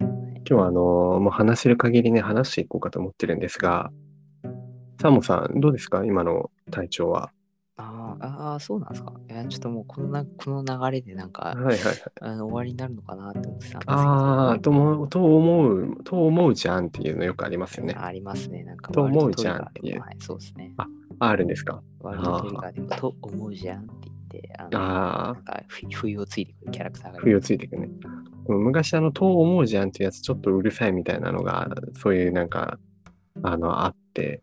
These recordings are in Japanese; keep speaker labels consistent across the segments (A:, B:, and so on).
A: 今日はあのーもう話せる限りね、話していこうかと思ってるんですが、サーモンさん、どうですか今の体調は。
B: あーあー、そうなんですか。いや、ちょっともうこのな、この流れでな
A: は
B: ん
A: い
B: か、
A: はいはい。
B: あの終わりになるのかなって思ってたんですけど。
A: ああ、ともと思う、と思うじゃんっていうのよくありますよね。
B: ありますね。なんか、
A: と思う
B: 割トリガー
A: じゃんっていう
B: でもはい、そうですね。
A: ああるんですか
B: ワールドトリガーでも、と思うじゃんって言って、あの
A: あ
B: な
A: あ
B: ん、か、ふ冬をついてくるキャラクターがい
A: 冬を
B: ます。
A: ついていくね。昔あの、と思うじゃんってやつちょっとうるさいみたいなのが、そういうなんか、あの、あって、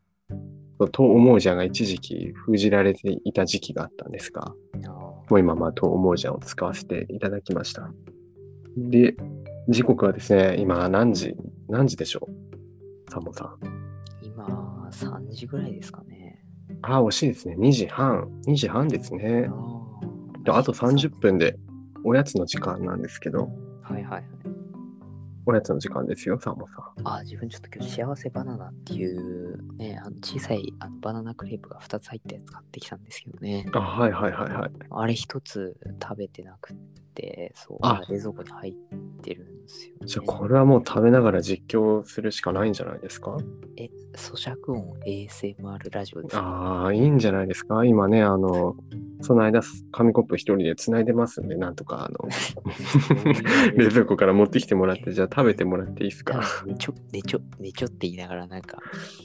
A: と思うじゃんが一時期封じられていた時期があったんですが、
B: あ
A: もう今、まあ、と思うじゃんを使わせていただきました。で、時刻はですね、今何時、何時でしょうサモさん。
B: ー今、3時ぐらいですかね。
A: あ、惜しいですね。2時半。2時半ですね。で
B: あ
A: あと30。分でおやつの時間なんですけど、
B: はいはいはい。
A: おやつの時間ですよ、サモさ
B: あー自分ちょっと今日幸せバナナっていうね、あの小さいあのバナナクレープが2つ入ったやつ買ってきたんですけどね。
A: ん。あ、はいはいはいはい。
B: あれ一つ食べてなくって、そう、
A: あ
B: 冷蔵庫に入ってるんですよ、ね。
A: じゃあこれはもう食べながら実況するしかないんじゃないですか
B: 咀嚼音 ASMR ラジオです。
A: ああ、いいんじゃないですか今ね、あの、その間、紙コップ一人で繋いでますんで、なんとか、あの、冷蔵庫から持ってきてもらって、じゃあ食べてもらっていいです
B: 多
A: か
B: 分ねちょ、ねちょ、ねちょって言いながらなんか、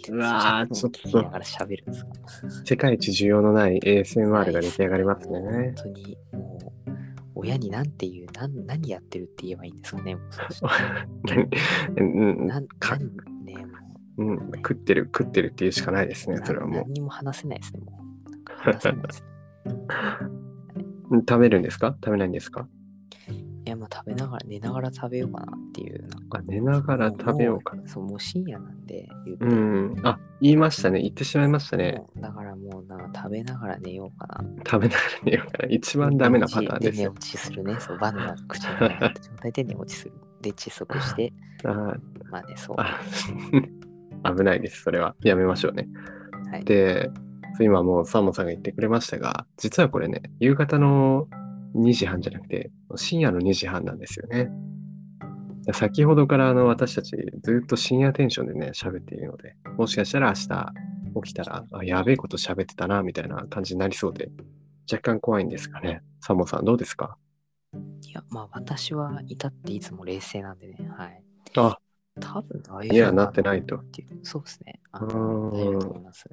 A: うわー
B: 咀嚼音聞きながら喋るんですか。
A: 世界一需要のない ASMR が出来上がります
B: もう本
A: ね。
B: 当に、もう、親になんていう、なん何やってるって言えばいいんですかね。もうそうし
A: うん
B: なん
A: か
B: なんね、も
A: うんうん食ってる食ってるっていうしかないです
B: う、
A: ね、それは
B: な
A: も
B: 何にも話せないですね、もう。なんか話せないですね。
A: う。食べるんですか食べないんですか
B: いや、まあ食べながら、寝ながら食べようかなっていう、なんか
A: あ寝ながら食べようか。
B: ももそう、もう深夜なんで言って、
A: うん。あ、言いましたね。言ってしまいましたね。
B: もうだからもうなんか食べながら寝ようかな。
A: 食べながら寝ようから一番ダメなパターンです
B: 寝
A: よ。
B: 落ちするね。そう、バナナ口に入った状態で寝落ちする。で、窒息 して、
A: あ
B: まあね、そう。は
A: あ 危ないです、それは。やめましょうね。
B: い。
A: で、そう今もうサーモンさんが言ってくれましたが、実はこれね、夕方の2時半じゃなくて、深夜の2時半なんですよね。先ほどからあの私たちずっと深夜テンションでね、喋っているので、もしかしたら明日起きたら、あやべえこと喋ってたな、みたいな感じになりそうで、若干怖いんですかね。サーモンさんどうですか
B: いや、まあ私は至っていつも冷静なんでね。はい。
A: あ、
B: 多分大丈夫。
A: いや、なってないと。
B: っていう。そうですね。あ
A: う
B: の
A: ーん
B: 大丈夫だと思います。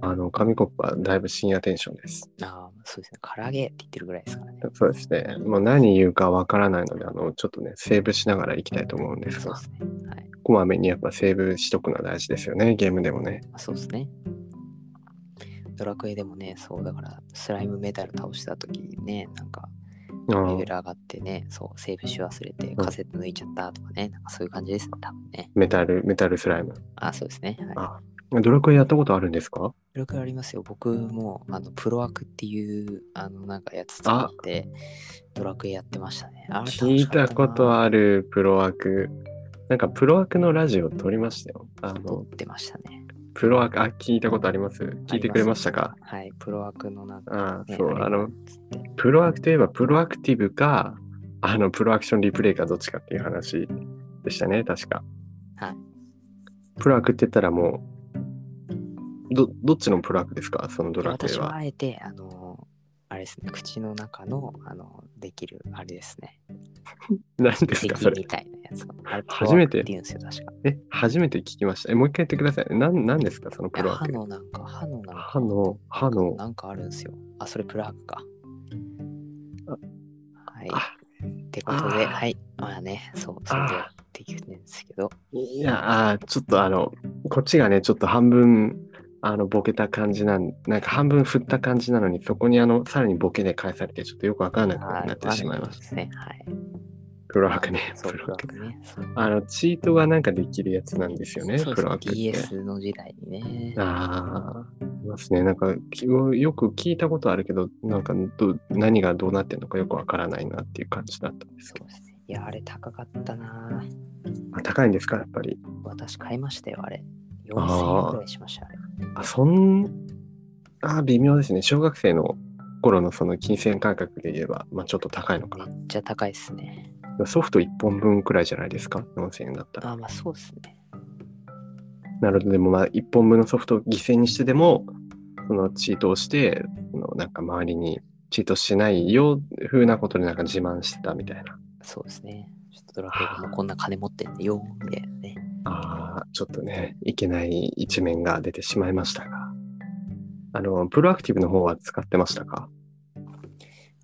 A: あの、紙コップはだいぶ深夜テンションです。
B: ああ、そうですね。唐揚げって言ってるぐらいですからね。
A: そうですね。もう何言うかわからないので、あの、ちょっとね、セーブしながら行きたいと思うんです
B: そう
A: が
B: で。すね。はい。
A: こまめにやっぱセーブしとくのは大事ですよね、ゲームでもね。
B: まあ、そうですね。ドラクエでもね、そうだから、スライムメタル倒した時にね、なんか、
A: あ
B: レ
A: あ
B: ベル上がってね、そう、セーブし忘れて、カセット抜いちゃったとかね、なんかそういう感じですね、多分ね。
A: メタル、メタルスライム。
B: あ、そうですね。はい。
A: あドラクエやったことあるんですか
B: いろいろありますよ。僕も、あの、プロアクっていう、あの、なんかやつ使って、ドラクエやってましたね。あれ
A: 聞いたこと
B: は
A: ある、プロアク。なんかプロアクのラジオ撮りましたよ。あ
B: 撮
A: の
B: っ、てましたね。
A: プロアク、あ、聞いたことあります聞いてくれましたか
B: はい、プロアクのなんか、
A: ああ
B: ね、
A: そう、
B: れ
A: あの、、
B: つって
A: プロアクといえばプロアクティブか、あの、プロアクションリプレイかどっちかっていう話でしたね、確か。
B: はい。
A: プロアクって言ったらもう、ど、どっちのプロアクですかそのドラクエ
B: 私は
A: は。
B: あえて、あの、あれですね、口の中の、あの、できる、あれですね、
A: 何です
B: 石
A: かそれ
B: み。たいなやつの。あれ、プロ
A: 初め
B: アク
A: て
B: って言うんですよ、確か。
A: え、初めて聞きました。え、もう一回言ってください。なん、なんですか、そのプ
B: い
A: ロ
B: や
A: ア
B: 歯
A: ク。
B: のなんか、歯のなんか、
A: 歯の、歯の、
B: なんかあるんですよ。あ、それプラグか。はい。
A: あ
B: ってことで、
A: あ
B: はい。まあね、そう、それでやっていくんですけど、
A: いや、あーちょっとあの、こっちがね、ちょっと半分、あの、ボケた感じなん、なんか半分振った感じなのに、そこにあの、さらにボケで返されて、ちょっとよくわからなくなってしまいまし
B: で
A: た。
B: すね。はい。
A: プロアクね、
B: そう、
A: プ
B: プ
A: ロ
B: ラ
A: アク。
B: グね。そう
A: あの、チートがなんかできるやつなんですよね、
B: そう
A: プロアク
B: で
A: っ
B: すね
A: て。
B: DS の時代にね。
A: ああ、いますね。なんか、きよく聞いたことあるけど、なんかど、何がどうなってるのかよくわからないなっていう感じだったんですけ
B: そうですね。いや、あれ高かったなぁ。
A: ど。あ高いんですか、やっぱり。
B: 私買いましたよ、あれ。4000
A: あー
B: 円くらいしました、あれ。
A: あ、そん、あー微妙ですね。小学生の頃のその金銭感覚で言えば、まあちょっと高いのか
B: め
A: な。
B: っちゃ高いっすね。
A: ソフト1本分くらいじゃないですか、4000円だったら。
B: あ、まあそうですね。
A: なるほど、でもまあ1本分のソフトを犠牲にしてでも、そのチートをして、そのなんか周りにチートしないよ、ふうなことでなんか自慢してたみたいな。
B: そうですね。ちょっとドラクエがもうこんな金持ってんだよ、みたいなね。
A: ああ、ちょっとね、いけない一面が出てしまいましたが。あの、プロアクティブの方は使ってましたか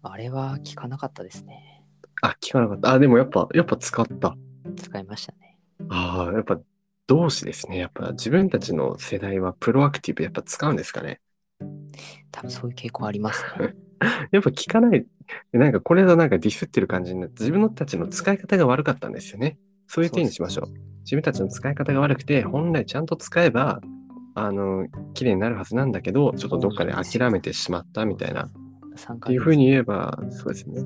B: あれは聞かなかったですね。
A: あ、聞かなかった。あ、でもやっぱ、やっぱ使った。
B: 使いましたね。
A: ああ、やっぱ同志ですね。やっぱ自分たちの世代はプロアクティブやっぱ使うんですかね。
B: 多分そういう傾向ありますね。
A: やっぱ聞かない。なんかこれだなんかディスってる感じになって、自分たちの使い方が悪かったんですよね。そういう点にしましょう。自分たちの使い方が悪くて、本来ちゃんと使えば、あの、綺麗になるはずなんだけど、ちょっとどっかで諦めてしまったみたいな。っ
B: 参加
A: ていうふうに言えば、そうですね。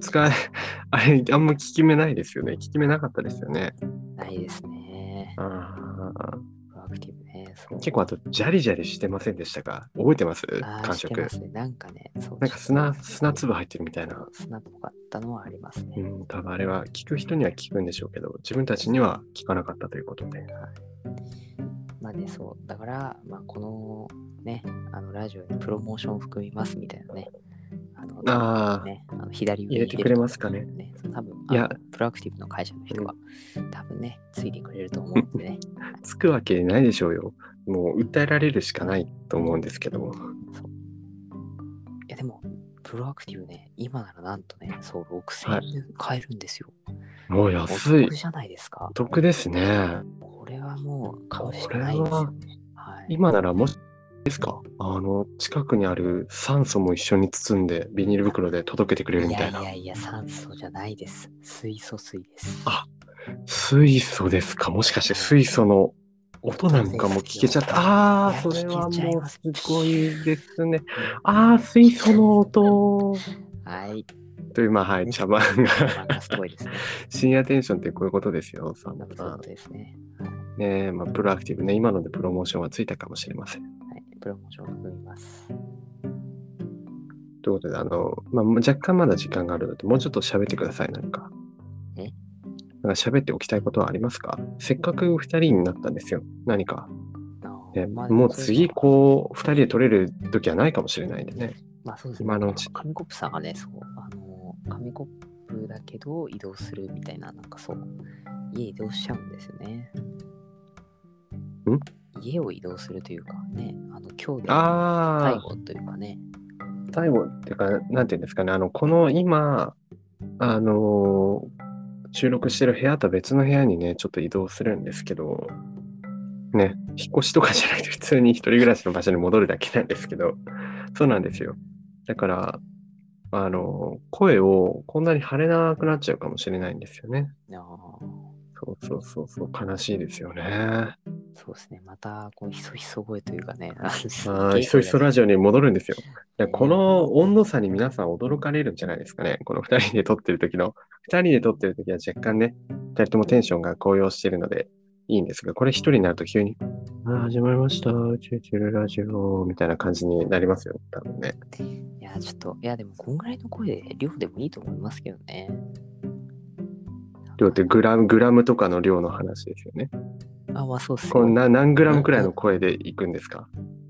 A: 使え、 あれ、あんま効き目ないですよね。効き目なかったですよね。
B: ないですね。
A: ああ。
B: プロアクティブね。そう
A: 結構あと、ジャリジャリしてませんでしたか覚えてます
B: あー
A: 感
B: して
A: 触
B: ま。すね。なんかね、そう
A: なんか砂、砂粒入ってるみたいな。
B: 砂っぽかったのはありますね。
A: うん、多分あれは聞く人には聞くんでしょうけど、自分たちには聞かなかったということで。
B: まあね、そう。だから、まあ、このね、あのラジオにプロモーションを含みますみたいなね。あの
A: あー
B: ね、あの左上
A: 入れてくれますかね
B: ねそう多分
A: いや
B: あのプロアクティブの会社の人が、多分ね、ついてくれると思うんでね。
A: つくわけないでしょうよ。もう訴えられるしかないと思うんですけど。
B: いや、でも、プロアクティブね、今ならなんとね、そう、
A: は
B: 6000
A: い
B: 円で買えるんですよ。
A: もう安
B: お
A: い
B: 得。じゃないですか
A: お。得ですね。
B: これはもう買うしかないですよね。はい。
A: 今ならもし、ですかあの、近くにある酸素も一緒に包んで、ビニール袋で届けてくれるみたい
B: いや
A: な。
B: いやいや、酸素じゃないです。水素水です。
A: あ水素ですかもしかして水素の音なんかも聞けちゃった。ああー、そ
B: いや
A: れは
B: 聞けちゃい
A: もう
B: ます
A: すごいですね。ああ、水素の音。
B: はい。
A: という、まあ、はい、茶番が。
B: なんかすごいです ね。
A: 深夜テンションってこういうことですよ、さん
B: なんか
A: さ。
B: そうんですね。
A: ねえまあ、プロアクティブね、今のでプロモーションはついたかもしれません。
B: はい。プロモーションを組みます。
A: ということで、あの、まあ、若干まだ時間があるので、もうちょっと喋ってください、なんか。
B: え
A: なんか喋っておきたいことはありますかせっかく二人になったんですよ。何か。
B: あー
A: ね
B: まあ
A: もう次、こう、二人で取れる時はないかもしれないんでね。
B: まあそうですね。
A: 今のうち
B: 紙コップさんがね、そう、あのー、紙コップだけど移動するみたいな、なんかそう、家移動しちゃうんですよね。家を移動するというかね、あの、今日で
A: あ
B: 最
A: あ、
B: 後というかね、
A: 最後っていうか、なんていうんですかね、あの、この今、あのー収録してる部屋とは別の部屋にね、ちょっと移動するんですけど、ね、引っ越しとかじゃなくて、普通に一人暮らしの場所に戻るだけなんですけど、そうなんですよ。だから、あのー声をこんなに張れなくなっちゃうかもしれないんですよね。
B: あー
A: そうそうそうそう、悲しいですよね。
B: そうですね、また、こう、ひそひそ声というかね、あ
A: ああ、ひそひそラ
B: ジ
A: ジオに戻るんですよ。いや
B: ね
A: この温度差に皆さん驚かれるんじゃないですかね。この2人で撮ってる時の、2人で撮ってる時は若干ね、2人ともテンションが高揚してるのでいいんですが、これ1人になると急に、あー始まりました、チューチュルラジオ、みたいな感じになりますよ、多分ね。
B: いや、ちょっと、いや、でも、こんぐらいの声で、量でもいいと思いますけどね。
A: 量ってグラム、グラムとかの量の話ですよね。
B: あ、まあ、そうっすよ
A: こんな何グラムくらいの声でいくんですか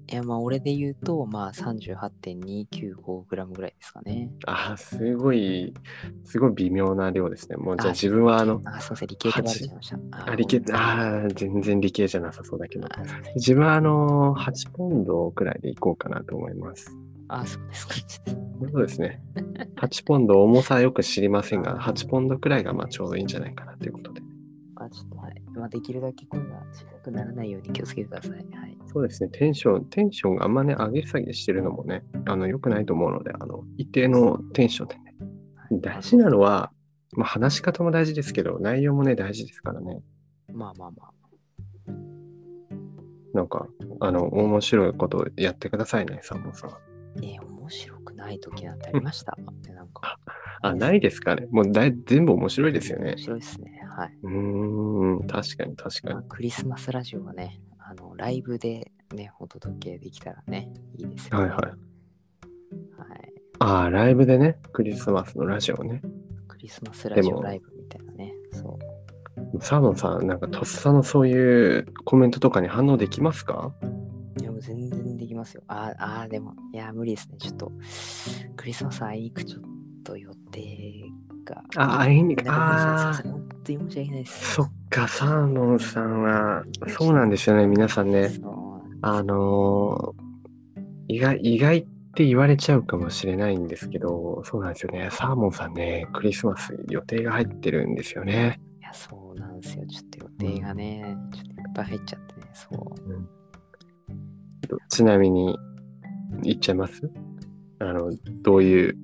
B: いや、まあ、俺で言うと、まあ、38.295g ぐらいですかね。
A: ああ、すごい、すごい微妙な量ですね。もうじゃあ
B: あ
A: 自分はあの、
B: あ、すいません、理系とバレちゃいました。
A: あ理系、
B: あ
A: ああ、全然理系じゃなさそうだけど。
B: ー、すいません
A: 自分はあの8ポンドくらいでいこうかなと思います。
B: あ、そうですか。
A: そうですね。8ポンド重さはよく知りませんが、
B: あー
A: 8ポンドくらいがまあちょうどいいんじゃないかなということで。
B: まあ、ちょっと、はい。まあ、できるだけ声が小さくならないように気をつけてください。はい。
A: そうですね。テンション、テンションがあんまね、上げ下げしてるのもね、あの、良くないと思うので、あの、一定のテンションでね。大事なのは、まあ、話し方も大事ですけど、内容もね、大事ですからね。
B: まあまあまあ。
A: なんか、あの、面白いことやってくださいね、サンボさん。
B: えー面白くない時なんてありました。 ねなんか。
A: あ、ないですかね。もうだい全部面白い ですよね
B: 面。白いですね。はい。
A: うーん、確かに確か
B: まあ
A: に。
B: クリスマスラジオはね、あの、ライブでね、お届けできたらね、いいですよ
A: はい
B: ね。
A: はい。
B: はい。
A: ああ、ライブでね、クリスマスのラジオね。
B: クリスマスラジオライブみたいなね。そう。
A: サーモンさん、なんかとっさのそういうコメントとかに反応できますか
B: いや、もう全然できますよ。あーあー、でも、いや、無理ですね。ちょっと、クリスマスあいにくちょっと予定が。
A: ああいにく
B: なかっ
A: あー
B: たですすいません本当に申し訳ないです。
A: そっか、サーモンさんは、そうなんですよね、皆さんね。
B: そう
A: あのー意外、意外って言われちゃうかもしれないんですけど、そうなんですよね。サーモンさんね、クリスマス予定が入ってるんですよね。
B: いや、そうなんですよ。ちょっと予定がね、ちょっといっぱい入っちゃってね。そう。
A: とちなみに、言っちゃいますあの、どういう、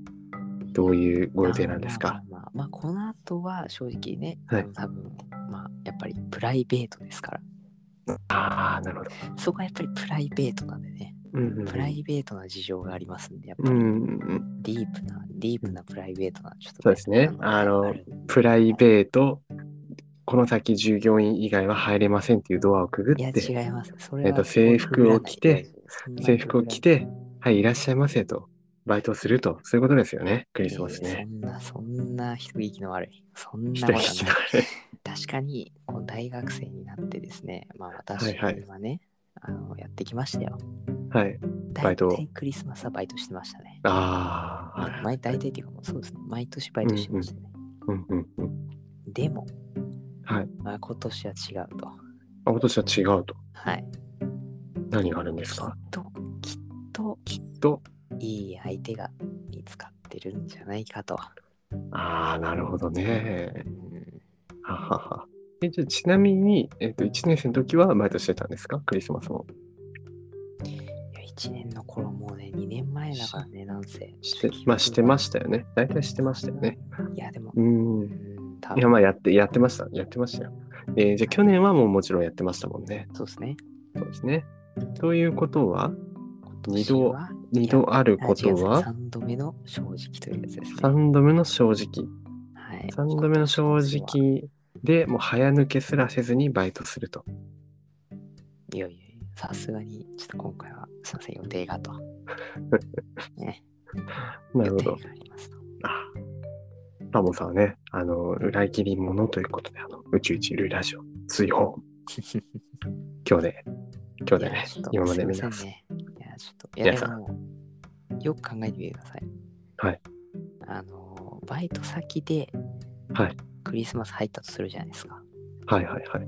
A: どういうご予定なんですか
B: まあまあまあ、まあこの後は正直ね、
A: はい
B: あの多分、まあ、やっぱりプライベートですから。
A: ああ、なるほど。
B: そこはやっぱりプライベートなんでね。
A: うんうんうん
B: プライベートな事情がありますんで、やっ
A: う
B: ぱり
A: んうんうん、
B: ディープな、ディープなプライベートな、ちょっと、
A: そうですねあの
B: る
A: プライベート、この先従業員以外は入れませんっていうドアをくぐっ
B: いや、
A: て、
B: 違います。それ
A: えっと制服を着て、制
B: 制
A: 服を着、て、はい、いらっしゃいませと、バイトすると、そういうことですよね、ク
B: ク
A: リスマスね。。
B: いやいやそんな、そんな人聞きの悪い。そんな
A: 人引
B: こと
A: き
B: は
A: の
B: ない。
A: あれ
B: 確かに、こう大学生になってですね、まあ
A: は
B: 私
A: いは
B: はいね、あのやってきましたよ。
A: はい。バイトを
B: 大体クリスマスはバイトしてましたね。
A: ああ、はいはい。
B: 毎大体っていうかもうそうですね。毎年バイトしてましたね。
A: うんうんうん。
B: でも、
A: はい。
B: まあ、今年は違うと。
A: あ、今年は違うと。
B: はい。
A: 何があるんで
B: き
A: す
B: っ
A: か
B: と、きっと、
A: きっと。
B: いい相手が見つかってるんじゃないかと。
A: ああ、なるほどね。
B: うん
A: ははは。 え、じゃあちなみに、えっ、と、1年生の時はバイトしてたんですかクリスマスも。
B: いや1年の頃もうね、2年前だからね、なんせ。
A: して、まあ、してま
B: し
A: したよね。大体してましたよね。
B: た。いや、でも、
A: う。
B: うんん、多
A: いや、
B: 分
A: まあ、やって、やってました。やってましたよ。えーじゃあ去年はもうもちろんやってましたもんね。
B: そうですね。
A: そうですね。ということは、二
B: 今
A: 度
B: 年、は、
A: 二度ある
B: あ
A: ことは、
B: 3度目の正直というやつですね。
A: 3度目の正直。
B: はい、
A: 3度目の正
B: 今年は。
A: 直で、もう早抜けすらせずにバイトすると。
B: いやいやいや、さすがに、ちょっと今回は、すいません、予 定がと。ね、
A: なる
B: 予
A: ほ
B: 定
A: ど。
B: がありますと。
A: あパモさんはね、あの、裏切り者ということで、あの、宇宙一流ラジオ、追 放。今日で、今日で
B: いや
A: ね
B: ちょっと、
A: 今まです
B: い
A: 皆
B: せ
A: さ
B: ん
A: ん、
B: ね。いや、ちょっと、い
A: 皆
B: や、で
A: さん
B: も、よく考えてみてください。
A: はい。
B: あの、バイト先で、
A: はい。
B: クリスマス入ったとするじゃないですか。
A: はいはいはい。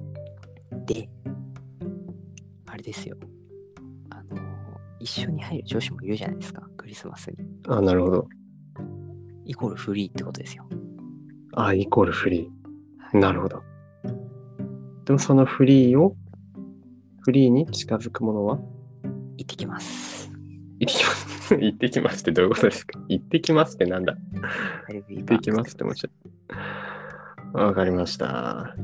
B: で、あれですよ。あの、一緒に入る女子もいるじゃないですか、クリスマスに。
A: あ、なるほど。
B: イコールフリーってことですよ。
A: あ、イコールフリ
B: は
A: ー。
B: い
A: なるほど。でもそのフリーを、フリーに近づくものは
B: 行ってきます。
A: 行ってきます。 行ってきますってどういうことですか行ってきますってなんだ
B: 行っ
A: 行ってきますってもうちょっと。わかりました。